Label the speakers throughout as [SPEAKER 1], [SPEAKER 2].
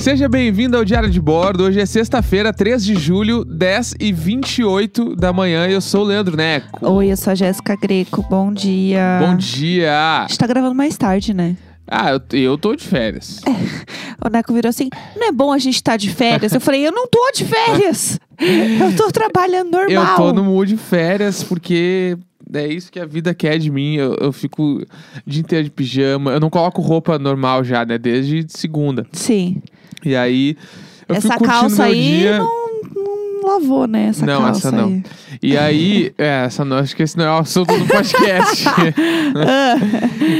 [SPEAKER 1] Seja bem-vindo ao Diário de Bordo. Hoje é sexta-feira, 3 de julho, 10 e 28 da manhã. Eu sou o Leandro Neco.
[SPEAKER 2] Oi, eu sou a Jéssica Greco. Bom dia.
[SPEAKER 1] Bom dia!
[SPEAKER 2] A gente tá gravando mais tarde, né?
[SPEAKER 1] Ah, eu, eu tô de férias.
[SPEAKER 2] É O Neco virou assim: não é bom a gente estar tá de férias? Eu falei: eu não tô de férias! Eu tô trabalhando normal.
[SPEAKER 1] Eu tô no mood de férias porque é isso que a vida quer de mim. Eu, eu fico o dia inteiro de pijama. Eu não coloco roupa normal já, né? Desde segunda.
[SPEAKER 2] Sim.
[SPEAKER 1] E aí. Eu
[SPEAKER 2] Essa
[SPEAKER 1] fico curtindo
[SPEAKER 2] calça
[SPEAKER 1] meu
[SPEAKER 2] aí
[SPEAKER 1] dia.
[SPEAKER 2] não, não lavou, né? Essa
[SPEAKER 1] Não,
[SPEAKER 2] calça
[SPEAKER 1] essa não.
[SPEAKER 2] aí.
[SPEAKER 1] E aí. É, essa não, acho que esse não é o assunto do podcast.
[SPEAKER 2] Ah,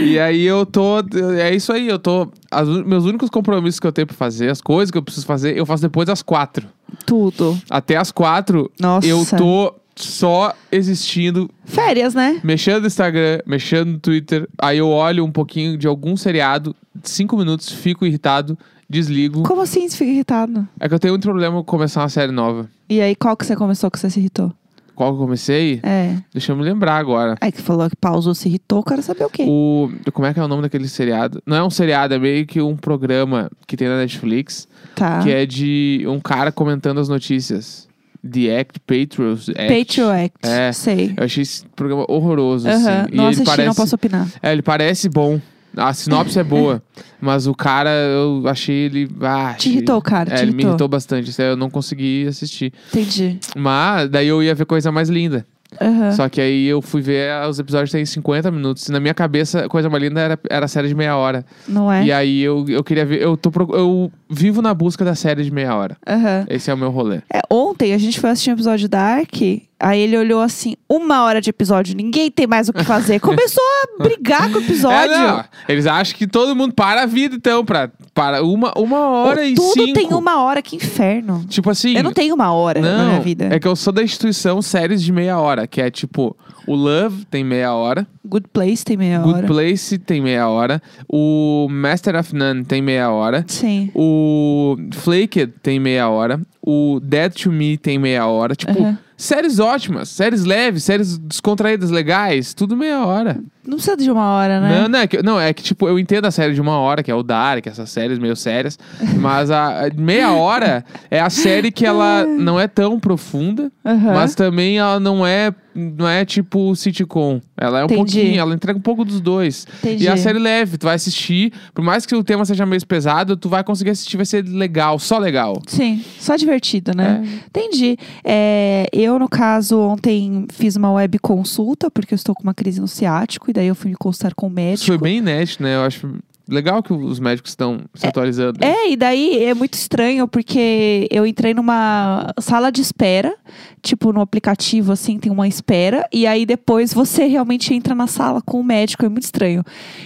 [SPEAKER 1] E aí eu tô. É isso aí, eu tô. as un- meus únicos compromissos que eu tenho pra fazer, as coisas que eu preciso fazer, eu faço depois das quatro.
[SPEAKER 2] tudo.
[SPEAKER 1] Até as quatro,
[SPEAKER 2] Nossa.
[SPEAKER 1] eu tô só existindo,
[SPEAKER 2] Férias, né?
[SPEAKER 1] mexendo no Instagram, mexendo no Twitter. Aí eu olho um pouquinho de algum seriado, cinco minutos, fico irritado, desligo.
[SPEAKER 2] Como assim você fica irritado?
[SPEAKER 1] É que eu tenho muito problema com começar uma série nova.
[SPEAKER 2] E aí, qual que você começou que você se irritou?
[SPEAKER 1] Qual que eu comecei?
[SPEAKER 2] É.
[SPEAKER 1] Deixa eu me lembrar agora.
[SPEAKER 2] Aí que falou que pausou, se irritou, eu quero saber o quê?
[SPEAKER 1] O, como é que é o nome daquele seriado? Não é um seriado, é meio que um programa que tem na Netflix.
[SPEAKER 2] Tá.
[SPEAKER 1] Que é de um cara comentando as notícias. The Act, Patriots Act.
[SPEAKER 2] Patriot Act.
[SPEAKER 1] É.
[SPEAKER 2] Sei.
[SPEAKER 1] Eu achei esse programa horroroso,
[SPEAKER 2] Aham.
[SPEAKER 1] assim. E
[SPEAKER 2] Não
[SPEAKER 1] ele
[SPEAKER 2] assisti,
[SPEAKER 1] parece,
[SPEAKER 2] não posso opinar.
[SPEAKER 1] É, ele parece bom. A sinopse é boa. Mas o cara, eu achei ele... Ah,
[SPEAKER 2] Te
[SPEAKER 1] achei-
[SPEAKER 2] irritou, cara,
[SPEAKER 1] É,
[SPEAKER 2] te
[SPEAKER 1] ele me
[SPEAKER 2] irritou.
[SPEAKER 1] irritou bastante. isso aí Eu não consegui assistir.
[SPEAKER 2] Entendi.
[SPEAKER 1] Mas daí eu ia ver coisa mais linda.
[SPEAKER 2] Aham.
[SPEAKER 1] Só que aí eu fui ver, ah, os episódios têm 50 minutos. E na minha cabeça, coisa mais linda era, era a série de meia hora.
[SPEAKER 2] Não é?
[SPEAKER 1] E aí eu, eu queria ver... Eu, tô, proc- eu vivo na busca da série de meia hora.
[SPEAKER 2] Aham.
[SPEAKER 1] Esse é o meu rolê.
[SPEAKER 2] É, ontem a gente foi assistir um episódio Dark, aí ele olhou assim, uma hora de episódio, ninguém tem mais o que fazer. Começou a brigar com o episódio.
[SPEAKER 1] É, não. Eles acham que todo mundo para a vida, então, pra, para uma, uma hora e
[SPEAKER 2] Tudo
[SPEAKER 1] cinco.
[SPEAKER 2] tem uma hora, que inferno.
[SPEAKER 1] Tipo assim.
[SPEAKER 2] Eu não tenho uma hora na
[SPEAKER 1] não,
[SPEAKER 2] minha vida.
[SPEAKER 1] É que eu sou da instituição séries de meia hora, que é tipo, o Love tem meia hora,
[SPEAKER 2] Good Place tem meia
[SPEAKER 1] Good
[SPEAKER 2] hora.
[SPEAKER 1] Place tem meia hora, o Master of None tem meia hora,
[SPEAKER 2] Sim.
[SPEAKER 1] o Flaked tem meia hora, o Dead to Me tem meia hora. Tipo,
[SPEAKER 2] Aham.
[SPEAKER 1] séries ótimas, séries leves, séries descontraídas, legais, tudo meia hora.
[SPEAKER 2] Não precisa de uma hora, né?
[SPEAKER 1] Não, não é, que, não, é que, tipo, eu entendo a série de uma hora, que é o Dark, essas séries meio sérias. mas a, a meia hora é a série que ela não é tão profunda,
[SPEAKER 2] Ah. Aham.
[SPEAKER 1] mas também ela não é, não é tipo sitcom. Ela é um
[SPEAKER 2] Entendi.
[SPEAKER 1] pouquinho, ela entrega um pouco dos dois.
[SPEAKER 2] Entendi.
[SPEAKER 1] E a série é leve, tu vai assistir, por mais que o tema seja meio pesado, tu vai conseguir assistir, vai ser legal, só legal. É,
[SPEAKER 2] Sim, só divertido, né? Entendi. É, eu, no caso, ontem fiz uma web consulta, porque eu estou com uma crise no ciático, e daí eu fui me consultar com o
[SPEAKER 1] Isso
[SPEAKER 2] médico.
[SPEAKER 1] foi bem inédito, né? Eu acho legal que os médicos estão se atualizando.
[SPEAKER 2] É, e daí é muito estranho, porque eu entrei numa sala de espera, tipo no aplicativo, assim, tem uma espera, e aí depois você realmente entra na sala com o médico, é muito estranho.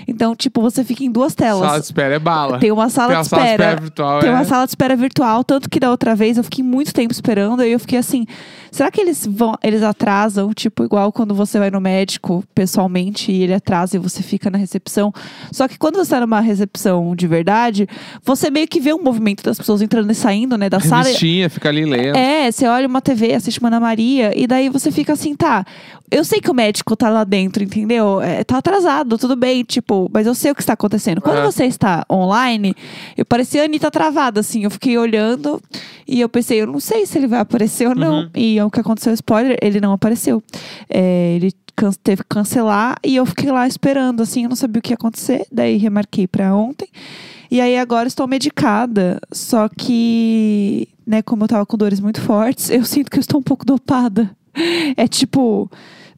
[SPEAKER 2] Então, tipo, você fica em duas telas.
[SPEAKER 1] Sala de espera é bala.
[SPEAKER 2] Tem uma sala
[SPEAKER 1] Tem uma
[SPEAKER 2] de espera.
[SPEAKER 1] virtual,
[SPEAKER 2] Tem
[SPEAKER 1] é.
[SPEAKER 2] uma sala de espera virtual, tanto que da outra vez eu fiquei muito tempo esperando, aí eu fiquei assim, será que eles vão, eles atrasam, tipo igual quando você vai no médico pessoalmente e ele atrasa e você fica na recepção. Só que quando você tá numa recepção de verdade, você meio que vê um movimento das pessoas entrando e saindo, né, da sala.
[SPEAKER 1] Revistinha, fica ali lendo.
[SPEAKER 2] É, você olha uma TV, assiste uma Ana Maria, e daí você fica assim, tá. Eu sei que o médico tá lá dentro, entendeu? É, tá atrasado, tudo bem, tipo, mas eu sei o que está acontecendo. Quando
[SPEAKER 1] É.
[SPEAKER 2] você está online, eu parecia a Anitta travada, assim. Eu fiquei olhando e eu pensei, eu não sei se ele vai aparecer ou não. E é o que aconteceu, spoiler, ele não apareceu. É, ele can- teve que cancelar e eu fiquei lá esperando, assim, eu não sabia o que ia acontecer. Daí remarquei pra ontem. E aí agora estou medicada, só que, né, como eu tava com dores muito fortes, eu sinto que eu estou um pouco dopada. É tipo,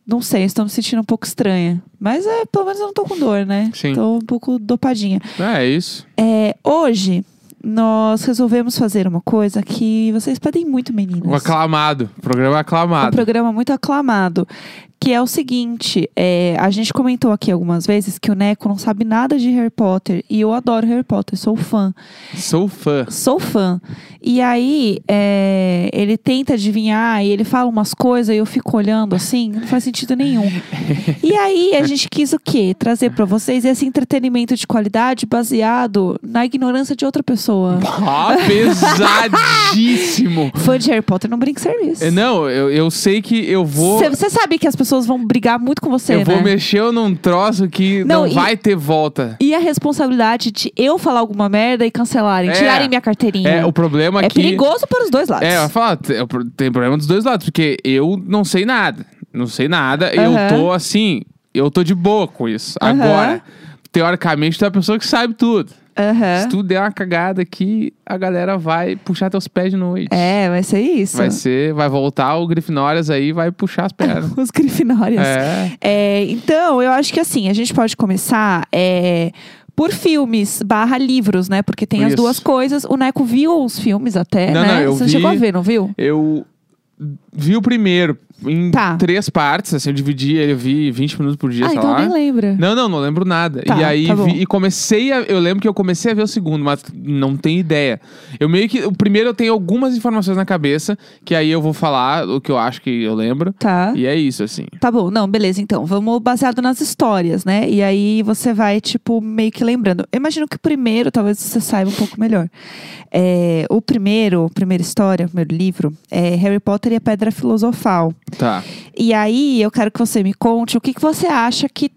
[SPEAKER 2] não sei, estou me sentindo um pouco estranha. Mas é, pelo menos eu não tô com dor, né?
[SPEAKER 1] Sim.
[SPEAKER 2] Tô um pouco dopadinha.
[SPEAKER 1] É, é isso.
[SPEAKER 2] É, hoje nós resolvemos fazer uma coisa que vocês pedem muito, meninas.
[SPEAKER 1] O Um aclamado. O programa
[SPEAKER 2] É um
[SPEAKER 1] aclamado.
[SPEAKER 2] programa muito aclamado. Que é o seguinte, é, a gente comentou aqui algumas vezes que o Neco não sabe nada de Harry Potter. E eu adoro Harry Potter, sou fã.
[SPEAKER 1] Sou fã.
[SPEAKER 2] Sou fã. E aí, é, ele tenta adivinhar e ele fala umas coisas e eu fico olhando assim, não faz sentido nenhum. E aí, a gente quis o quê? Trazer pra vocês esse entretenimento de qualidade baseado na ignorância de outra pessoa.
[SPEAKER 1] Ah, pesadíssimo.
[SPEAKER 2] Fã de Harry Potter não brinca serviço.
[SPEAKER 1] É, Não, eu, eu sei que eu vou.
[SPEAKER 2] Você sabe que as pessoas vão brigar muito com você,
[SPEAKER 1] eu vou
[SPEAKER 2] né?
[SPEAKER 1] mexer num troço que não,
[SPEAKER 2] Não, e-
[SPEAKER 1] vai ter volta.
[SPEAKER 2] E a responsabilidade de eu falar alguma merda e cancelarem,
[SPEAKER 1] É.
[SPEAKER 2] tirarem minha carteirinha.
[SPEAKER 1] É, o problema
[SPEAKER 2] É
[SPEAKER 1] que...
[SPEAKER 2] perigoso para os dois lados.
[SPEAKER 1] É, eu ia falar, te- eu pro- tem problema dos dois lados, porque eu não sei nada. Não sei nada. Eu
[SPEAKER 2] Aham.
[SPEAKER 1] tô assim, eu tô de boa com isso.
[SPEAKER 2] Aham.
[SPEAKER 1] Agora, teoricamente, tu é a pessoa que sabe tudo.
[SPEAKER 2] Aham.
[SPEAKER 1] Se tu der uma cagada aqui, a galera vai puxar teus pés de noite.
[SPEAKER 2] É, vai ser isso.
[SPEAKER 1] Vai ser, vai voltar o Grifinórias aí e vai puxar as pernas.
[SPEAKER 2] Os grifinórias.
[SPEAKER 1] é.
[SPEAKER 2] É, então, eu acho que assim, a gente pode começar é, por filmes barra livros, né? Porque tem as
[SPEAKER 1] Isso.
[SPEAKER 2] duas coisas. O Neco viu os filmes até,
[SPEAKER 1] Não,
[SPEAKER 2] né?
[SPEAKER 1] não, eu
[SPEAKER 2] Você
[SPEAKER 1] vi.
[SPEAKER 2] chegou a ver, não viu?
[SPEAKER 1] Eu vi o primeiro em
[SPEAKER 2] Tá.
[SPEAKER 1] três partes, assim, eu dividi, eu vi 20 minutos por dia,
[SPEAKER 2] ah,
[SPEAKER 1] sei
[SPEAKER 2] então
[SPEAKER 1] lá.
[SPEAKER 2] nem lembra.
[SPEAKER 1] Não, não, não lembro nada.
[SPEAKER 2] Tá,
[SPEAKER 1] e aí
[SPEAKER 2] tá bom.
[SPEAKER 1] vi- e comecei a, eu lembro que eu comecei a ver o segundo, mas não tenho ideia. Eu meio que o primeiro eu tenho algumas informações na cabeça que aí eu vou falar o que eu acho que eu lembro.
[SPEAKER 2] Tá.
[SPEAKER 1] E é isso assim.
[SPEAKER 2] Tá bom, não, beleza, então. Vamos baseado nas histórias, né? E aí você vai, tipo, meio que lembrando. Eu imagino que o primeiro, talvez você saiba um pouco melhor. É, o primeiro, a primeira história, o primeiro livro, é Harry Potter e a Pedra Filosofal.
[SPEAKER 1] Tá.
[SPEAKER 2] E aí eu quero que você me conte o que, que você acha que.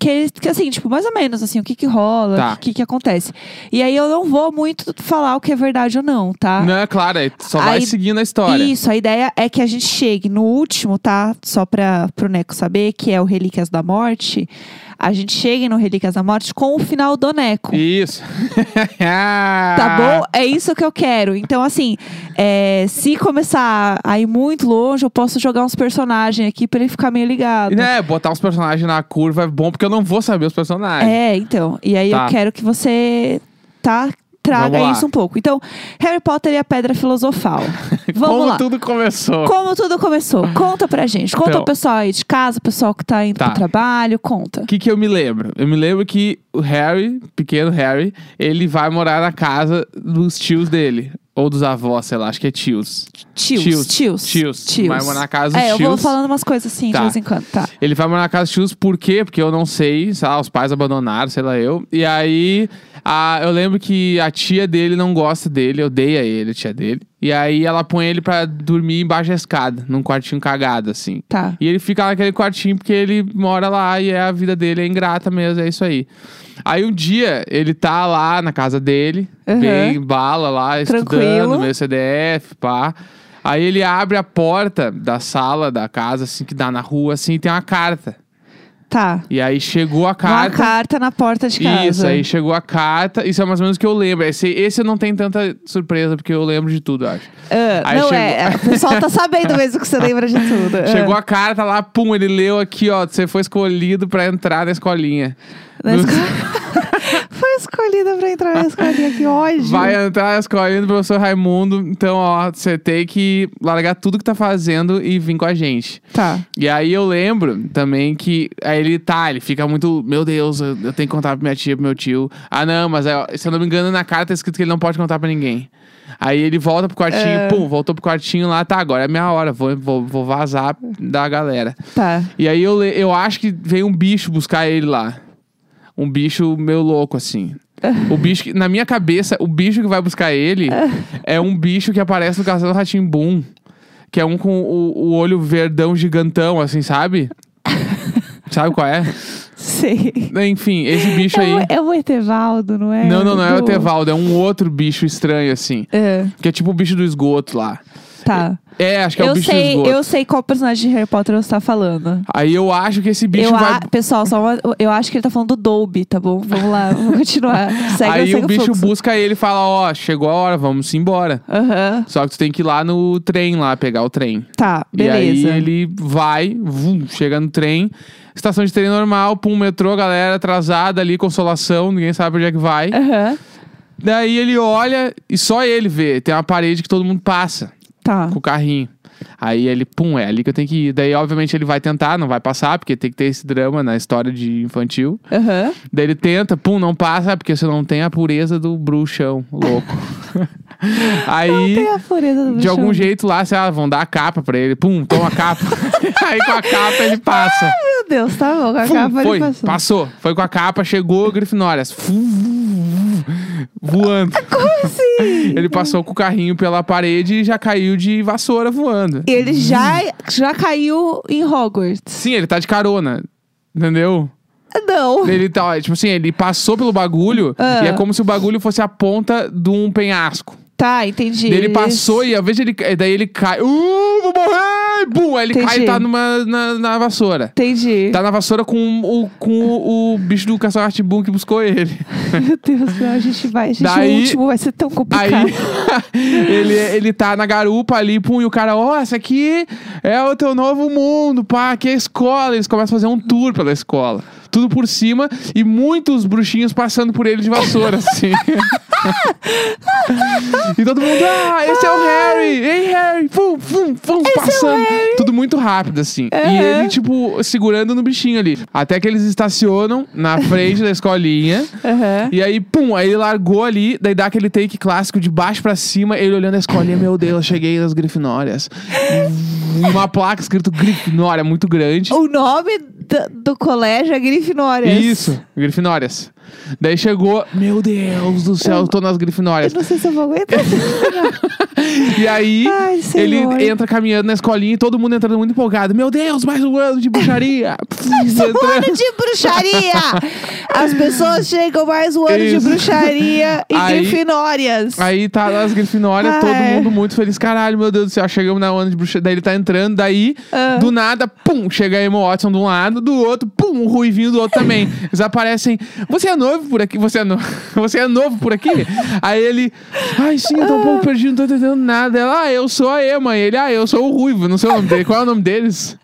[SPEAKER 2] Que, eles- que, assim, tipo, mais ou menos, assim, o que que rola,
[SPEAKER 1] Tá.
[SPEAKER 2] o que, que acontece. E aí eu não vou muito falar o que é verdade ou não, tá?
[SPEAKER 1] Não, é claro, aí tu só vai
[SPEAKER 2] Aí-
[SPEAKER 1] seguindo a história.
[SPEAKER 2] Isso, a ideia é que a gente chegue no último, tá? Só pra, pro Neco saber, que é o Relíquias da Morte. A gente chegue no Relíquias da Morte com o final do Neco.
[SPEAKER 1] Isso.
[SPEAKER 2] Tá
[SPEAKER 1] Ah.
[SPEAKER 2] bom? É isso que eu quero. Então, assim, é, se começar a ir muito longe, eu posso jogar uns personagens aqui pra ele ficar meio ligado.
[SPEAKER 1] Né, botar os personagens na curva é bom, porque eu não vou saber os personagens.
[SPEAKER 2] É, então. E aí
[SPEAKER 1] Tá.
[SPEAKER 2] eu quero que você tá traga
[SPEAKER 1] Vamos lá.
[SPEAKER 2] isso um pouco. Então, Harry Potter e a Pedra Filosofal. Vamos
[SPEAKER 1] Como
[SPEAKER 2] lá.
[SPEAKER 1] tudo começou.
[SPEAKER 2] Como tudo começou? Conta pra gente. Conta
[SPEAKER 1] Então.
[SPEAKER 2] o pessoal aí de casa, o pessoal que tá indo
[SPEAKER 1] Tá.
[SPEAKER 2] pro trabalho, conta.
[SPEAKER 1] O que, que eu me lembro? Eu me lembro que o Harry, pequeno Harry, ele vai morar na casa dos tios dele. Ou dos avós, sei lá, acho que é tios.
[SPEAKER 2] Tios,
[SPEAKER 1] Tios,
[SPEAKER 2] tios. Tios.
[SPEAKER 1] tios. Vai morar na casa dos
[SPEAKER 2] É, eu vou
[SPEAKER 1] tios.
[SPEAKER 2] falando umas coisas assim
[SPEAKER 1] Tá.
[SPEAKER 2] de vez em quando, tá.
[SPEAKER 1] Ele vai morar na casa dos tios, por quê? Porque eu não sei, sei lá, os pais abandonaram, sei lá eu. E aí, a- eu lembro que a tia dele não gosta dele, odeia ele, a tia dele. E aí ela põe ele pra dormir embaixo da escada, num quartinho cagado, assim.
[SPEAKER 2] Tá.
[SPEAKER 1] E ele fica naquele quartinho porque ele mora lá e é a vida dele é ingrata mesmo, é isso aí. Aí um dia ele tá lá na casa dele,
[SPEAKER 2] Uhum.
[SPEAKER 1] bem bala lá, estudando,
[SPEAKER 2] Tranquilo.
[SPEAKER 1] meio CDF, pá. Aí ele abre a porta da sala da casa, assim, que dá na rua, assim, e tem uma carta.
[SPEAKER 2] Tá.
[SPEAKER 1] E aí chegou a
[SPEAKER 2] Uma
[SPEAKER 1] carta.
[SPEAKER 2] carta na porta de casa.
[SPEAKER 1] Isso, aí chegou a carta. Isso é mais ou menos o que eu lembro. Esse, esse eu não tenho tanta surpresa, porque eu lembro de tudo, eu acho.
[SPEAKER 2] Ah,
[SPEAKER 1] Aí
[SPEAKER 2] não
[SPEAKER 1] chegou-
[SPEAKER 2] é, o pessoal tá sabendo mesmo que você lembra de tudo. Ah.
[SPEAKER 1] Chegou a carta lá, pum, ele leu aqui, ó. Você foi escolhido pra entrar na escolinha.
[SPEAKER 2] Na
[SPEAKER 1] No-
[SPEAKER 2] escola- Foi escolhida pra entrar na escolinha, que ódio.
[SPEAKER 1] Vai entrar na escolinha do professor Raimundo. Então, ó, você tem que largar tudo que tá fazendo e vir com a gente.
[SPEAKER 2] Tá.
[SPEAKER 1] E aí eu lembro também que aí ele tá, ele fica muito, meu Deus, eu, eu tenho que contar pra minha tia, pro meu tio. Ah, não, mas é, se eu não me engano, na carta tá escrito que ele não pode contar pra ninguém. Aí ele volta pro quartinho, pum, voltou pro quartinho lá, tá, agora é a minha hora, vou, vou, vou vazar da galera.
[SPEAKER 2] Tá.
[SPEAKER 1] E aí eu, le- eu acho que veio um bicho buscar ele lá. Um bicho meio louco, assim. O bicho que, na minha cabeça, o bicho que vai buscar ele é um bicho que aparece no Castelo Ratimbum. Que é um com o, o olho verdão gigantão, assim, sabe? sabe qual é?
[SPEAKER 2] Sei.
[SPEAKER 1] Enfim, esse bicho
[SPEAKER 2] É
[SPEAKER 1] aí.
[SPEAKER 2] o, é o Etevaldo, não é?
[SPEAKER 1] Não, não, não é o
[SPEAKER 2] Do-
[SPEAKER 1] Tevaldo, é um outro bicho estranho, assim.
[SPEAKER 2] É,
[SPEAKER 1] Que é tipo o bicho do esgoto lá.
[SPEAKER 2] tá.
[SPEAKER 1] É, acho que é o
[SPEAKER 2] Eu
[SPEAKER 1] bicho do
[SPEAKER 2] sei,
[SPEAKER 1] esgoto.
[SPEAKER 2] eu sei qual personagem de Harry Potter você tá falando.
[SPEAKER 1] Aí eu acho que esse bicho
[SPEAKER 2] eu
[SPEAKER 1] vai.
[SPEAKER 2] a- Pessoal, só uma- eu acho que ele tá falando do Dolby, tá bom? Vamos lá, vamos continuar. Segue,
[SPEAKER 1] aí
[SPEAKER 2] segue
[SPEAKER 1] o bicho
[SPEAKER 2] fluxo.
[SPEAKER 1] busca ele e fala, ó, chegou a hora, vamos embora.
[SPEAKER 2] Aham,
[SPEAKER 1] Só que tu tem que ir lá no trem lá, pegar o trem.
[SPEAKER 2] tá,
[SPEAKER 1] E
[SPEAKER 2] beleza.
[SPEAKER 1] aí ele vai, vum, chega no trem, estação de trem normal, pum, metrô, galera atrasada ali, consolação, ninguém sabe onde é que vai.
[SPEAKER 2] Aham,
[SPEAKER 1] Daí ele olha e só ele vê, tem uma parede que todo mundo passa
[SPEAKER 2] tá.
[SPEAKER 1] com o carrinho. Aí ele, pum, é ali que eu tenho que ir. Daí, obviamente, ele vai tentar, não vai passar, porque tem que ter esse drama na história de infantil.
[SPEAKER 2] Aham,
[SPEAKER 1] Daí ele tenta, pum, não passa, porque você não tem a pureza do bruxão, louco. Aí,
[SPEAKER 2] tem a pureza do
[SPEAKER 1] de
[SPEAKER 2] bichão.
[SPEAKER 1] algum jeito lá, sei lá, vão dar a capa pra ele, pum, toma a capa. Aí com a capa ele passa.
[SPEAKER 2] Meu Deus, tá bom, com a
[SPEAKER 1] Fum,
[SPEAKER 2] capa ele
[SPEAKER 1] foi,
[SPEAKER 2] passou.
[SPEAKER 1] Foi com a capa, chegou o Grifinórias. Fum, vum, vum. voando.
[SPEAKER 2] Como assim?
[SPEAKER 1] Ele passou com o carrinho pela parede e já caiu de vassoura voando.
[SPEAKER 2] Ele já, já caiu em Hogwarts.
[SPEAKER 1] Sim, ele tá de carona. Entendeu?
[SPEAKER 2] Não.
[SPEAKER 1] Ele tá, tipo assim, ele passou pelo bagulho
[SPEAKER 2] Ah.
[SPEAKER 1] e é como se o bagulho fosse a ponta de um penhasco.
[SPEAKER 2] Tá, entendi.
[SPEAKER 1] Daí ele passou e ao invés de ele. ca- Daí ele cai. Uh, vou morrer! E Bum! Aí ele cai
[SPEAKER 2] Entendi.
[SPEAKER 1] e tá numa, na, na vassoura.
[SPEAKER 2] Entendi.
[SPEAKER 1] Tá na vassoura com o, com o, o bicho do Castelo Boom que buscou ele.
[SPEAKER 2] Meu Deus, não, a gente vai. Gente, o
[SPEAKER 1] Daí-
[SPEAKER 2] último vai ser tão
[SPEAKER 1] Aí
[SPEAKER 2] complicado.
[SPEAKER 1] ele, ele tá na garupa ali, pum, e o cara, ó, essa aqui é o teu novo mundo, pá, aqui é a escola. Eles começam a fazer um tour pela escola. Tudo por cima e muitos bruxinhos passando por ele de vassoura, assim. e todo mundo, ah, esse é o Harry! Ei, Harry! Pum, pum, pum, passando. Tudo muito rápido, assim. E
[SPEAKER 2] é Aham.
[SPEAKER 1] ele, tipo, segurando no bichinho ali. Até que eles estacionam na frente da escolinha.
[SPEAKER 2] Aham.
[SPEAKER 1] E aí, pum, aí ele largou ali, daí dá aquele take clássico de baixo pra cima, ele olhando a escolinha, meu Deus, eu cheguei nas Grifinórias. E Uma placa escrito Grifinória, muito grande.
[SPEAKER 2] O nome do, do colégio é Grifinórias.
[SPEAKER 1] Isso, Grifinórias. Daí chegou, meu Deus do céu, eu tô nas
[SPEAKER 2] Eu
[SPEAKER 1] Grifinórias.
[SPEAKER 2] não sei se eu vou aguentar.
[SPEAKER 1] E aí,
[SPEAKER 2] Ai,
[SPEAKER 1] ele
[SPEAKER 2] Senhor.
[SPEAKER 1] entra caminhando na escolinha e todo mundo entrando muito empolgado. Meu Deus, mais um ano de bruxaria.
[SPEAKER 2] mais um
[SPEAKER 1] Então-
[SPEAKER 2] ano de bruxaria! As pessoas chegam mais um ano de
[SPEAKER 1] Isso.
[SPEAKER 2] bruxaria em
[SPEAKER 1] Aí-
[SPEAKER 2] Grifinórias.
[SPEAKER 1] Aí tá nas Grifinória,
[SPEAKER 2] Ah,
[SPEAKER 1] todo
[SPEAKER 2] é.
[SPEAKER 1] mundo muito feliz. Caralho, meu Deus do céu, chegamos na onda de bruxa. Daí ele tá entrando, daí,
[SPEAKER 2] Ah.
[SPEAKER 1] do nada, pum, chega a Emma Watson de um lado, do outro, pum, o Ruivinho do outro também. Eles aparecem, você é novo por aqui? Você é, no... você é novo por aqui? Aí ele, ai sim, eu tô um
[SPEAKER 2] Ah.
[SPEAKER 1] pouco perdido, não tô entendendo nada. Ela, ah, eu sou a Emma. E ele, ah, eu sou o Ruivo, não sei o nome dele. Qual é o nome deles?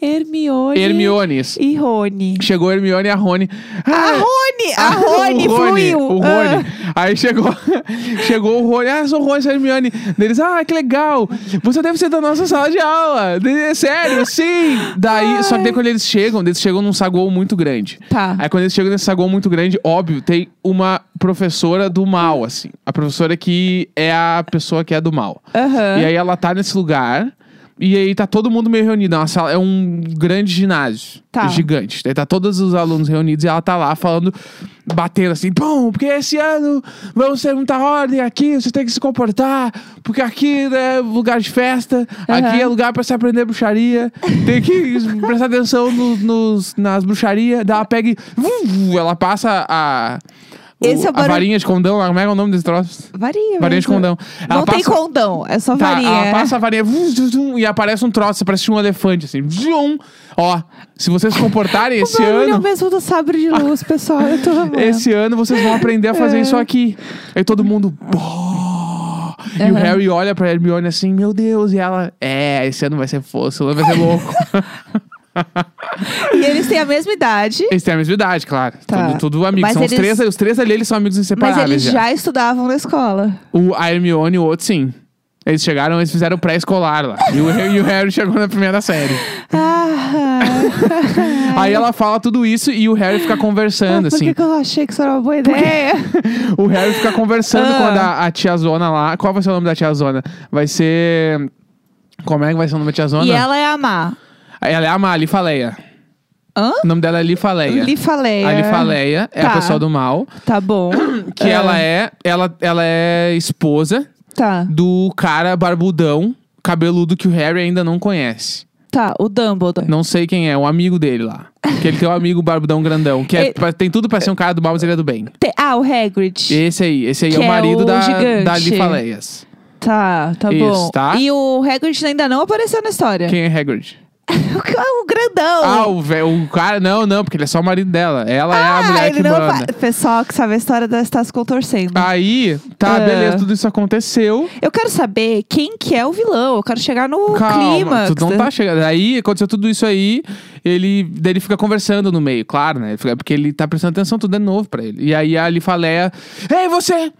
[SPEAKER 2] Hermione.
[SPEAKER 1] Hermione, isso.
[SPEAKER 2] E Rony.
[SPEAKER 1] Chegou a Hermione e a Rony.
[SPEAKER 2] A
[SPEAKER 1] Ah,
[SPEAKER 2] Rony! A
[SPEAKER 1] Ah,
[SPEAKER 2] Rony
[SPEAKER 1] o Rony,
[SPEAKER 2] fluiu! Ah.
[SPEAKER 1] O Rony. Aí chegou, chegou o Rony. Ah, sou o Rony, sou a Hermione. Daí Eles, ah, que legal. Você deve ser da nossa sala de aula. Daí, "É Sério, sim. Daí, só que daí quando eles chegam, eles chegam num saguão muito grande.
[SPEAKER 2] Tá.
[SPEAKER 1] Aí quando eles chegam nesse saguão muito grande, óbvio, tem uma professora do mal, assim. A professora que é a pessoa que é do mal.
[SPEAKER 2] Aham.
[SPEAKER 1] E aí ela tá nesse lugar. E aí tá todo mundo meio reunido. É, uma sala- é um grande ginásio.
[SPEAKER 2] Tá.
[SPEAKER 1] Gigante. Daí tá todos os alunos reunidos e ela tá lá falando, batendo assim, bom, porque esse ano vamos ter muita ordem aqui, vocês têm que se comportar, porque aqui né, é lugar de festa, aqui é lugar pra se aprender bruxaria, tem que prestar atenção no- nos, nas bruxarias. Daí ela pega e. vum, vum, ela passa a. o-
[SPEAKER 2] Esse é o
[SPEAKER 1] a
[SPEAKER 2] barulho-
[SPEAKER 1] varinha de condão, lá, como é que é o nome desse troço?
[SPEAKER 2] Varinha.
[SPEAKER 1] Varinha de
[SPEAKER 2] mesmo.
[SPEAKER 1] condão. Ela
[SPEAKER 2] Não tem
[SPEAKER 1] passa-
[SPEAKER 2] condão, é só
[SPEAKER 1] Tá,
[SPEAKER 2] varinha.
[SPEAKER 1] ela passa a varinha vum, zum, zum, e aparece um troço, parece um elefante, assim. Zum. Ó, se vocês se comportarem
[SPEAKER 2] O
[SPEAKER 1] esse
[SPEAKER 2] barulho é o
[SPEAKER 1] ano.
[SPEAKER 2] mesmo do sabre de luz, pessoal. Eu tô amando.
[SPEAKER 1] Esse ano vocês vão aprender a fazer
[SPEAKER 2] É.
[SPEAKER 1] isso aqui. Aí todo mundo. "Bó". E o
[SPEAKER 2] Aham.
[SPEAKER 1] Harry olha pra Hermione assim, meu Deus, e ela. É, esse ano vai ser fosso, vai ser louco.
[SPEAKER 2] E eles têm a mesma idade,
[SPEAKER 1] eles têm a mesma idade, claro.
[SPEAKER 2] Tá.
[SPEAKER 1] Tudo, tudo amigos.
[SPEAKER 2] Mas
[SPEAKER 1] São os,
[SPEAKER 2] eles-
[SPEAKER 1] três, os três ali, eles são amigos
[SPEAKER 2] mas
[SPEAKER 1] inseparáveis.
[SPEAKER 2] eles
[SPEAKER 1] já.
[SPEAKER 2] já estudavam na escola.
[SPEAKER 1] O, a Hermione e o outro, sim. Eles chegaram, eles fizeram pré-escolar lá. E o, e o Harry chegou na primeira série.
[SPEAKER 2] Ah,
[SPEAKER 1] Aí ela fala tudo isso e o Harry fica conversando,
[SPEAKER 2] por que
[SPEAKER 1] assim.
[SPEAKER 2] que eu achei que isso era uma boa ideia?
[SPEAKER 1] O Harry fica conversando
[SPEAKER 2] Ah.
[SPEAKER 1] com a, da- a tia Zona lá. Qual vai ser o nome da tia Zona? Vai ser. Como é que vai ser o nome da tia Zona?
[SPEAKER 2] E ela é a má.
[SPEAKER 1] Ela é a Mali Faleia.
[SPEAKER 2] Hã?
[SPEAKER 1] O nome dela é Lifaleia.
[SPEAKER 2] Lifaleia.
[SPEAKER 1] A Lifaleia é a
[SPEAKER 2] Tá.
[SPEAKER 1] pessoa do mal.
[SPEAKER 2] Tá bom.
[SPEAKER 1] Que ela é. Ela, ela é esposa
[SPEAKER 2] Tá,
[SPEAKER 1] do cara barbudão, cabeludo que o Harry ainda não conhece.
[SPEAKER 2] tá. O Dumbledore.
[SPEAKER 1] Não sei quem é, um amigo dele lá. Que ele tem um amigo barbudão grandão, que é-
[SPEAKER 2] Ele-
[SPEAKER 1] pra- tem tudo pra ser um cara do mal, mas ele é do bem.
[SPEAKER 2] Te- Ah, o Hagrid.
[SPEAKER 1] Esse aí, esse aí
[SPEAKER 2] Que
[SPEAKER 1] é o
[SPEAKER 2] é
[SPEAKER 1] marido
[SPEAKER 2] o
[SPEAKER 1] da,
[SPEAKER 2] gigante.
[SPEAKER 1] da Lifaleias.
[SPEAKER 2] Tá, tá
[SPEAKER 1] Isso,
[SPEAKER 2] bom.
[SPEAKER 1] tá?
[SPEAKER 2] E o Hagrid ainda não apareceu na história. É
[SPEAKER 1] Quem é Hagrid?
[SPEAKER 2] o grandão.
[SPEAKER 1] Ah, o, vé- o cara. Não, não, porque ele é só o marido dela. Ela é a
[SPEAKER 2] Ah,
[SPEAKER 1] mulher
[SPEAKER 2] ele
[SPEAKER 1] que
[SPEAKER 2] não
[SPEAKER 1] manda.
[SPEAKER 2] fa- Pessoal que sabe a história deve estar se contorcendo.
[SPEAKER 1] Aí, tá,
[SPEAKER 2] Ah.
[SPEAKER 1] beleza, tudo isso aconteceu.
[SPEAKER 2] Eu quero saber quem que é o vilão. Eu quero chegar no
[SPEAKER 1] Calma,
[SPEAKER 2] clima.
[SPEAKER 1] tu não tá chegando. Aí aconteceu tudo isso aí, ele, daí ele fica conversando no meio, claro, né? Ele fica- Porque ele tá prestando atenção, tudo é novo pra ele. E aí a Lifaleia, ei, você!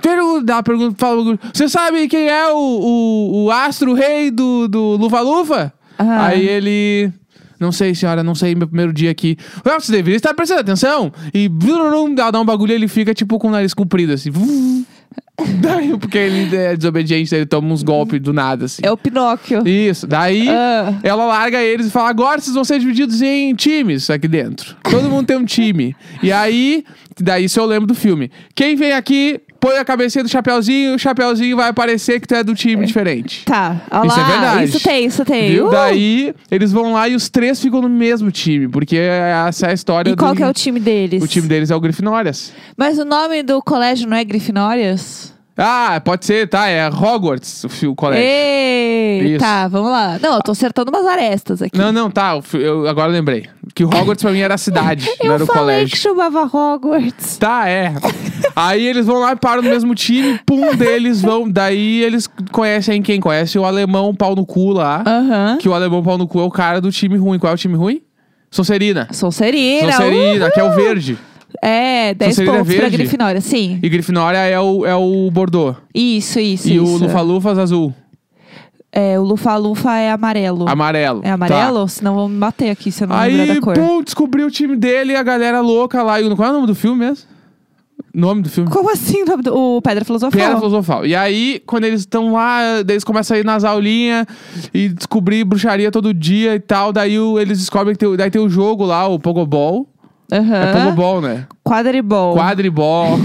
[SPEAKER 1] Pergunta, dá uma pergunta, fala, um você sabe quem é o, o, o astro rei do, do Luva Luva?
[SPEAKER 2] Ah.
[SPEAKER 1] Aí ele. Não sei, senhora, não sei, meu primeiro dia aqui. Ah, Você deveria estar prestando atenção. E blurum, ela dá um bagulho e ele fica tipo com o nariz comprido, assim. Vum. Daí, porque ele é desobediente, ele toma uns golpes do nada, assim.
[SPEAKER 2] É o Pinóquio.
[SPEAKER 1] Isso. Daí
[SPEAKER 2] Ah.
[SPEAKER 1] ela larga eles e fala: agora vocês vão ser divididos em times aqui dentro. Todo mundo tem um time. E aí, daí isso eu lembro do filme. Quem vem aqui, põe a cabecinha do Chapeuzinho, o Chapeuzinho vai aparecer que tu é do time diferente.
[SPEAKER 2] Tá, olha
[SPEAKER 1] Isso é
[SPEAKER 2] lá.
[SPEAKER 1] verdade.
[SPEAKER 2] Isso tem, isso tem.
[SPEAKER 1] Viu?
[SPEAKER 2] Uh!
[SPEAKER 1] Daí eles vão lá e os três ficam no mesmo time, porque essa é a história
[SPEAKER 2] E qual
[SPEAKER 1] do.
[SPEAKER 2] que é o time deles?
[SPEAKER 1] o time deles é o Grifinórias.
[SPEAKER 2] Mas o nome do colégio não é Grifinórias?
[SPEAKER 1] Ah, pode ser, tá? É Hogwarts, o, fi- o colégio.
[SPEAKER 2] Ei,
[SPEAKER 1] Isso.
[SPEAKER 2] tá, vamos lá. Não, eu tô acertando umas arestas aqui.
[SPEAKER 1] Não, não, tá. eu fi- Eu agora lembrei. Que o Hogwarts pra mim era a cidade, não
[SPEAKER 2] eu
[SPEAKER 1] era o
[SPEAKER 2] falei
[SPEAKER 1] colégio.
[SPEAKER 2] que chamava Hogwarts.
[SPEAKER 1] Tá, é. Aí eles vão lá e param no mesmo time, pum, deles vão. Daí eles conhecem quem conhece o alemão pau no cu lá.
[SPEAKER 2] Aham.
[SPEAKER 1] Que o alemão pau no cu é o cara do time ruim. Qual é o time ruim? Sonserina.
[SPEAKER 2] Sonserina.
[SPEAKER 1] Sonserina, que é o verde.
[SPEAKER 2] uh! É, 10
[SPEAKER 1] Sonserina é
[SPEAKER 2] pontos pra
[SPEAKER 1] verde?
[SPEAKER 2] Grifinória, sim.
[SPEAKER 1] E Grifinória é o, é o Bordeaux.
[SPEAKER 2] Isso, isso,
[SPEAKER 1] e
[SPEAKER 2] isso.
[SPEAKER 1] o Lufa-Lufas azul.
[SPEAKER 2] É, o Lufa-Lufa é amarelo.
[SPEAKER 1] Amarelo.
[SPEAKER 2] É amarelo? Senão vão me bater aqui se eu
[SPEAKER 1] Tá.
[SPEAKER 2] não lembrar
[SPEAKER 1] Aí,
[SPEAKER 2] da cor.
[SPEAKER 1] pum, descobri o time dele e a galera louca lá. E, qual é o nome do filme mesmo? Nome do filme?
[SPEAKER 2] Como assim o nome do- o Pedra Filosofal?
[SPEAKER 1] Pedra filosofal. E aí, quando eles estão lá, daí eles começam a ir nas aulinhas e descobrir bruxaria todo dia e tal. Daí o- eles descobrem que tem, o- daí tem o jogo lá, o Pogobol. É
[SPEAKER 2] Aham.
[SPEAKER 1] Pogobol, né?
[SPEAKER 2] Quadribol.
[SPEAKER 1] Quadribol.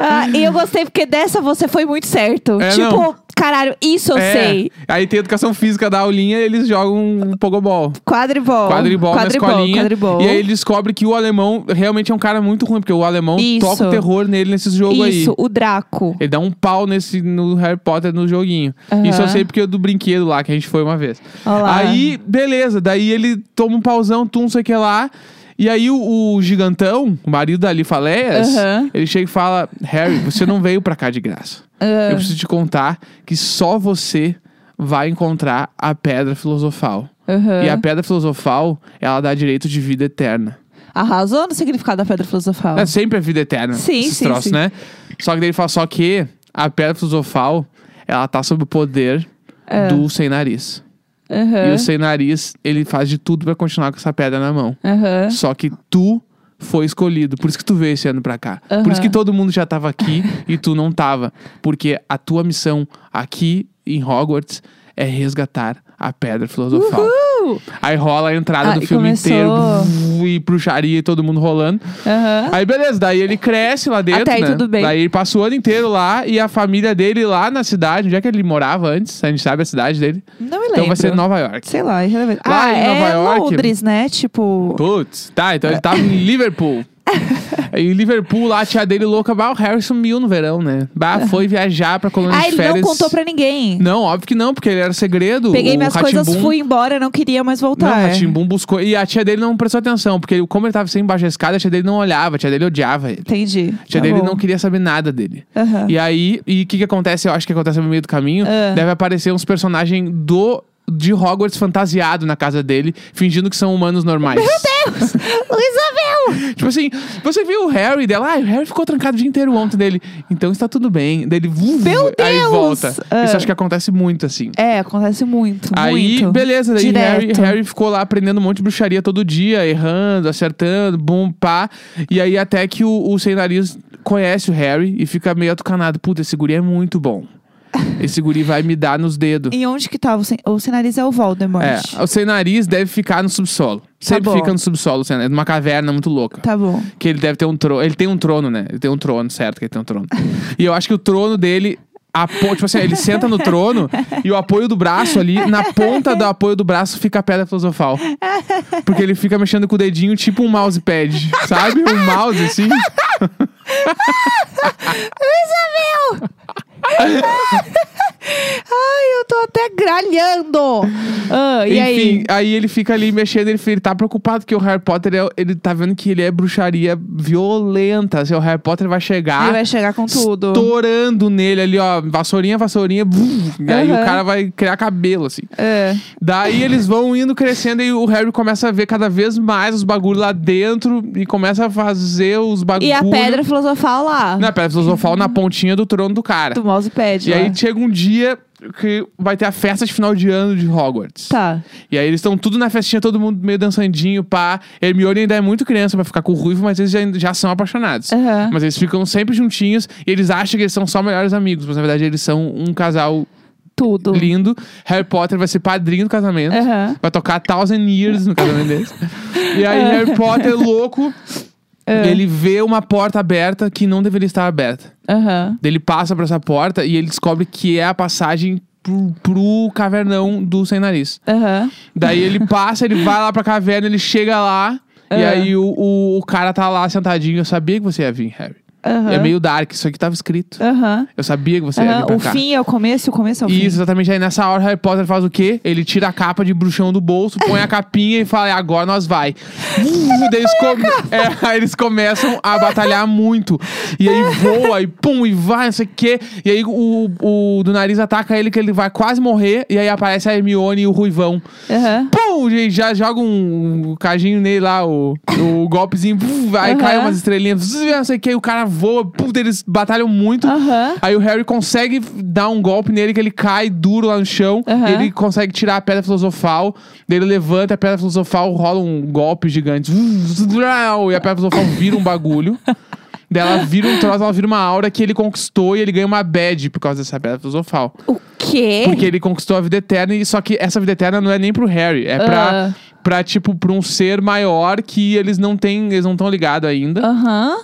[SPEAKER 2] Ah, e eu gostei porque dessa você foi muito certo.
[SPEAKER 1] É,
[SPEAKER 2] tipo,
[SPEAKER 1] não.
[SPEAKER 2] caralho, isso eu
[SPEAKER 1] É.
[SPEAKER 2] sei.
[SPEAKER 1] Aí tem educação física da aulinha e eles jogam um Pogobol.
[SPEAKER 2] Quadribol.
[SPEAKER 1] Quadribol, na escolinha.
[SPEAKER 2] Quadribol.
[SPEAKER 1] E aí ele descobre que o alemão realmente é um cara muito ruim, porque o alemão
[SPEAKER 2] Isso.
[SPEAKER 1] toca o terror nele nesses jogos
[SPEAKER 2] Isso,
[SPEAKER 1] aí.
[SPEAKER 2] o Draco.
[SPEAKER 1] Ele dá um pau nesse, no Harry Potter no joguinho.
[SPEAKER 2] Aham.
[SPEAKER 1] Isso eu sei porque é do brinquedo lá que a gente foi uma vez.
[SPEAKER 2] Olha lá.
[SPEAKER 1] Aí, beleza. Daí ele toma um pauzão, tum, sei o que lá. E aí o, o gigantão, o marido da Lifaleias,
[SPEAKER 2] Aham.
[SPEAKER 1] ele chega e fala: Harry, você não veio pra cá de graça.
[SPEAKER 2] Ah,
[SPEAKER 1] Eu preciso te contar que só você vai encontrar a pedra filosofal.
[SPEAKER 2] aham.
[SPEAKER 1] E a pedra filosofal, ela dá direito de vida eterna.
[SPEAKER 2] Arrasou no significado da Pedra Filosofal.
[SPEAKER 1] É sempre a vida eterna.
[SPEAKER 2] Sim,
[SPEAKER 1] esses
[SPEAKER 2] sim,
[SPEAKER 1] troços,
[SPEAKER 2] sim.
[SPEAKER 1] né? Só que daí ele fala só que a pedra filosofal, ela tá sob o poder
[SPEAKER 2] É.
[SPEAKER 1] do sem nariz.
[SPEAKER 2] Aham.
[SPEAKER 1] E o sem nariz, ele faz de tudo pra continuar com essa pedra na mão.
[SPEAKER 2] Aham.
[SPEAKER 1] Só que tu foi escolhido, por isso que tu veio esse ano pra cá.
[SPEAKER 2] Aham.
[SPEAKER 1] Por isso que todo mundo já tava aqui e tu não tava, porque a tua missão aqui em Hogwarts é resgatar a pedra filosofal.
[SPEAKER 2] Uhul!
[SPEAKER 1] Aí rola a entrada
[SPEAKER 2] Ah,
[SPEAKER 1] do
[SPEAKER 2] e
[SPEAKER 1] filme
[SPEAKER 2] começou.
[SPEAKER 1] inteiro buf, e bruxaria e todo mundo rolando.
[SPEAKER 2] Aham.
[SPEAKER 1] Aí beleza, daí ele cresce lá dentro,
[SPEAKER 2] Até aí
[SPEAKER 1] né?
[SPEAKER 2] tudo bem.
[SPEAKER 1] Daí ele passa o ano inteiro lá e a família dele lá na cidade, onde é que ele morava antes? A gente sabe a cidade dele.
[SPEAKER 2] Não me lembro.
[SPEAKER 1] Então vai ser Nova York.
[SPEAKER 2] Sei lá, irrelevante.
[SPEAKER 1] Lá
[SPEAKER 2] ah,
[SPEAKER 1] em
[SPEAKER 2] é
[SPEAKER 1] Nova York.
[SPEAKER 2] Londres, né? Tipo...
[SPEAKER 1] Putz, tá, então ele tava em Liverpool. Em Liverpool, lá a tia dele louca, bah, o Harry sumiu no verão, né? Bah, foi viajar pra colônia
[SPEAKER 2] É. Ah,
[SPEAKER 1] de
[SPEAKER 2] ele
[SPEAKER 1] férias.
[SPEAKER 2] não contou pra ninguém.
[SPEAKER 1] Não, óbvio que não, porque ele era segredo.
[SPEAKER 2] Peguei
[SPEAKER 1] o
[SPEAKER 2] minhas coisas,
[SPEAKER 1] Rá-Tim-Bum-
[SPEAKER 2] fui tá, é. embora, não queria mais
[SPEAKER 1] Não,
[SPEAKER 2] voltar.
[SPEAKER 1] o Ratimbum buscou. E a tia dele não prestou atenção, porque ele- como ele tava sem embaixo da escada, a tia dele não olhava, a tia dele odiava ele.
[SPEAKER 2] Entendi.
[SPEAKER 1] A tia
[SPEAKER 2] Tá
[SPEAKER 1] dele
[SPEAKER 2] bom.
[SPEAKER 1] não queria saber nada dele.
[SPEAKER 2] Aham.
[SPEAKER 1] E aí, e o que que acontece? Eu acho que acontece no meio do caminho.
[SPEAKER 2] Ah.
[SPEAKER 1] Deve aparecer uns personagens do. De Hogwarts fantasiado na casa dele, fingindo que são humanos normais. Meu Deus!
[SPEAKER 2] Isabel!
[SPEAKER 1] Tipo assim, você viu o Harry dela? Ah, o Harry ficou trancado o dia inteiro ontem dele. Então está tudo bem. Dele,
[SPEAKER 2] Meu
[SPEAKER 1] aí
[SPEAKER 2] Deus!
[SPEAKER 1] volta.
[SPEAKER 2] Ah.
[SPEAKER 1] Isso acho que acontece muito, assim.
[SPEAKER 2] É, acontece muito,
[SPEAKER 1] Aí,
[SPEAKER 2] muito.
[SPEAKER 1] beleza, daí Harry,
[SPEAKER 2] Direto.
[SPEAKER 1] Harry ficou lá aprendendo um monte de bruxaria todo dia, errando, acertando, bum, pá. E aí até que o, o sem nariz conhece o Harry e fica meio atucanado. Puta, esse guri é muito bom. Esse guri vai me dar nos dedos.
[SPEAKER 2] E onde que tá o, sen o sinaliza é o Voldemort.
[SPEAKER 1] É, o sem nariz deve ficar no subsolo. Sempre
[SPEAKER 2] Tá bom.
[SPEAKER 1] fica no subsolo, o sem nariz, numa caverna muito louca.
[SPEAKER 2] Tá bom.
[SPEAKER 1] Que ele deve ter um trono. Ele tem um trono, né? Ele tem um trono, certo que ele tem um trono. e eu acho que o trono dele. Apo... Tipo assim, ele senta no trono e o apoio do braço ali, na ponta do apoio do braço fica a pedra filosofal. Porque ele fica mexendo com o dedinho tipo um mousepad, sabe? Um mouse assim.
[SPEAKER 2] Isabel! Ai, eu tô até gralhando. Ah, e
[SPEAKER 1] Enfim,
[SPEAKER 2] aí?
[SPEAKER 1] ele fica ali mexendo, ele, ele tá preocupado que o Harry Potter, é- ele tá vendo que ele é bruxaria violenta. Assim, o Harry Potter vai chegar.
[SPEAKER 2] Ele vai chegar com tudo.
[SPEAKER 1] Estourando nele ali, ó. Vassourinha, vassourinha. bum, e aí
[SPEAKER 2] Aham.
[SPEAKER 1] o cara vai criar cabelo, assim.
[SPEAKER 2] É.
[SPEAKER 1] Daí eles vão indo crescendo e o Harry começa a ver cada vez mais os bagulhos lá dentro e começa a fazer os bagulhos.
[SPEAKER 2] E a pedra filosofal lá.
[SPEAKER 1] Na pedra filosofal na pontinha do trono do cara.
[SPEAKER 2] Do mousepad.
[SPEAKER 1] E
[SPEAKER 2] lá.
[SPEAKER 1] aí chega um dia que vai ter a festa de final de ano de Hogwarts.
[SPEAKER 2] Tá.
[SPEAKER 1] E aí eles estão tudo na festinha, todo mundo meio dançandinho, pá. Hermione ainda é muito criança pra ficar com o Ruivo, mas eles já, já são apaixonados.
[SPEAKER 2] Aham.
[SPEAKER 1] Mas eles ficam sempre juntinhos e eles acham que eles são só melhores amigos, mas na verdade eles são um casal
[SPEAKER 2] Tudo.
[SPEAKER 1] lindo. Harry Potter vai ser padrinho do casamento.
[SPEAKER 2] Aham.
[SPEAKER 1] Vai tocar Thousand Years no casamento deles. E aí
[SPEAKER 2] É.
[SPEAKER 1] Harry Potter, é louco, ele vê uma porta aberta que não deveria estar aberta.
[SPEAKER 2] Aham.
[SPEAKER 1] Daí Ele passa pra essa porta e ele descobre que é a passagem pro, pro cavernão do Sem Nariz.
[SPEAKER 2] Aham.
[SPEAKER 1] Daí ele passa, ele vai lá pra caverna, ele chega lá. E
[SPEAKER 2] É.
[SPEAKER 1] aí o, o, o cara tá lá sentadinho. Eu sabia que você ia vir, Harry.
[SPEAKER 2] Aham.
[SPEAKER 1] É meio dark, isso aqui tava escrito.
[SPEAKER 2] Aham.
[SPEAKER 1] Eu sabia que você ia
[SPEAKER 2] Aham.
[SPEAKER 1] vir pra
[SPEAKER 2] O
[SPEAKER 1] cá.
[SPEAKER 2] fim é o começo, o começo é o fim.
[SPEAKER 1] Isso, exatamente. Aí nessa hora Harry Potter faz o quê? Ele tira a capa de bruxão do bolso, põe a capinha e fala, "É, agora nós vai. Uh, daí eles, come- É, aí eles começam a batalhar muito. E aí voa, e pum, e vai, não sei o quê. E aí o, o do nariz ataca ele, que ele vai quase morrer. E aí aparece a Hermione e o Ruivão.
[SPEAKER 2] Aham.
[SPEAKER 1] Pum! e Já joga um, um cajinho nele lá, o, o golpezinho. pum, aí
[SPEAKER 2] Aham.
[SPEAKER 1] cai umas estrelinhas, zzz, não sei o que. O cara voa, puta, eles batalham muito.
[SPEAKER 2] Aham.
[SPEAKER 1] Aí o Harry consegue dar um golpe nele, que ele cai duro lá no chão.
[SPEAKER 2] Aham.
[SPEAKER 1] Ele consegue tirar a pedra filosofal. Daí ele levanta a pedra filosofal, rola um golpe gigante. zzz, zzz, E a pedra filosofal vira um bagulho. Daí ela vira um troço, ela vira uma aura que ele conquistou e ele ganha uma bad por causa dessa pedra filosofal.
[SPEAKER 2] O quê?
[SPEAKER 1] Porque ele conquistou a vida eterna, e só que essa vida eterna não é nem pro Harry, é pra,
[SPEAKER 2] Ah.
[SPEAKER 1] pra tipo, pra um ser maior que eles não têm, eles não estão ligados ainda.
[SPEAKER 2] Ah. Aham.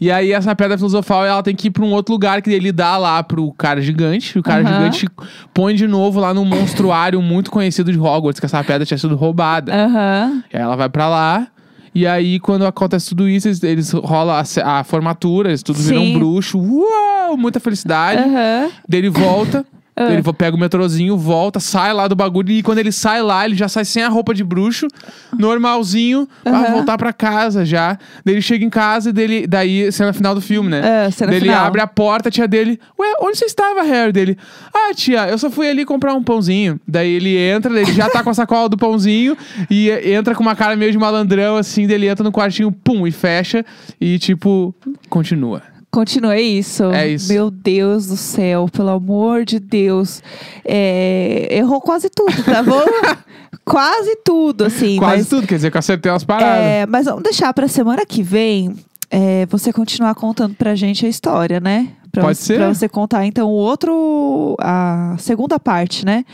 [SPEAKER 1] E aí essa pedra filosofal, ela tem que ir pra um outro lugar que ele dá lá pro cara gigante. O cara
[SPEAKER 2] Aham.
[SPEAKER 1] gigante põe de novo lá num monstruário muito conhecido de Hogwarts, que essa pedra tinha sido roubada.
[SPEAKER 2] Ah. Aham.
[SPEAKER 1] E aí ela vai pra lá. E aí, quando acontece tudo isso, eles, eles rolam a, ce- a formatura, eles tudo viram
[SPEAKER 2] Sim.
[SPEAKER 1] bruxo. Uau! Muita felicidade.
[SPEAKER 2] Aham.
[SPEAKER 1] Daí ele volta.
[SPEAKER 2] Ah.
[SPEAKER 1] daí ele vo- pega o metrozinho, volta, sai lá do bagulho. E quando ele sai lá, ele já sai sem a roupa de bruxo, normalzinho, pra
[SPEAKER 2] Aham.
[SPEAKER 1] voltar pra casa já. Daí ele chega em casa e dele, daí, cena final do filme, né?
[SPEAKER 2] É, cena
[SPEAKER 1] daí ele
[SPEAKER 2] final.
[SPEAKER 1] abre a porta, a tia dele, ué, onde você estava, Harry? Dele, ah, tia, eu só fui ali comprar um pãozinho. Daí ele entra, daí ele já tá com a sacola do pãozinho e eh, entra com uma cara meio de malandrão, assim, dele entra no quartinho, pum, e fecha. E tipo, continua.
[SPEAKER 2] Continua, é isso.
[SPEAKER 1] É isso.
[SPEAKER 2] Meu Deus do céu, pelo amor de Deus. É, Errou quase tudo, tá bom? quase tudo, assim.
[SPEAKER 1] Quase
[SPEAKER 2] mas,
[SPEAKER 1] tudo, quer dizer que eu acertei umas paradas.
[SPEAKER 2] é, mas vamos deixar pra semana que vem é, você continuar contando pra gente a história, né? Pra
[SPEAKER 1] Pode
[SPEAKER 2] você,
[SPEAKER 1] ser.
[SPEAKER 2] Pra você contar, então, o outro. a segunda parte, né?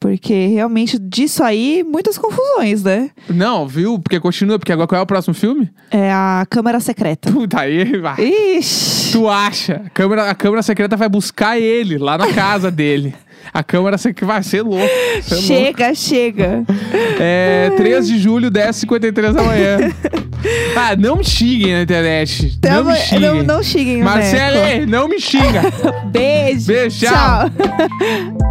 [SPEAKER 2] Porque realmente disso aí, muitas confusões, né?
[SPEAKER 1] Não, viu? Porque continua, porque agora qual é o próximo filme?
[SPEAKER 2] É a Câmara Secreta.
[SPEAKER 1] Puta aí, vai.
[SPEAKER 2] Ixi!
[SPEAKER 1] Tu acha? A câmera, a câmera secreta vai buscar ele lá na casa dele. A câmera secreta vai ser louco. vai ser louco.
[SPEAKER 2] Chega, chega.
[SPEAKER 1] É 3 de julho, 10h53 da manhã. ah, não me xinguem na internet.
[SPEAKER 2] Tamo-
[SPEAKER 1] não né? me xinguem.
[SPEAKER 2] não, não xinguem o
[SPEAKER 1] Marcele, não me xinga.
[SPEAKER 2] Neco. Beijo.
[SPEAKER 1] Beijo, tchau.
[SPEAKER 2] tchau.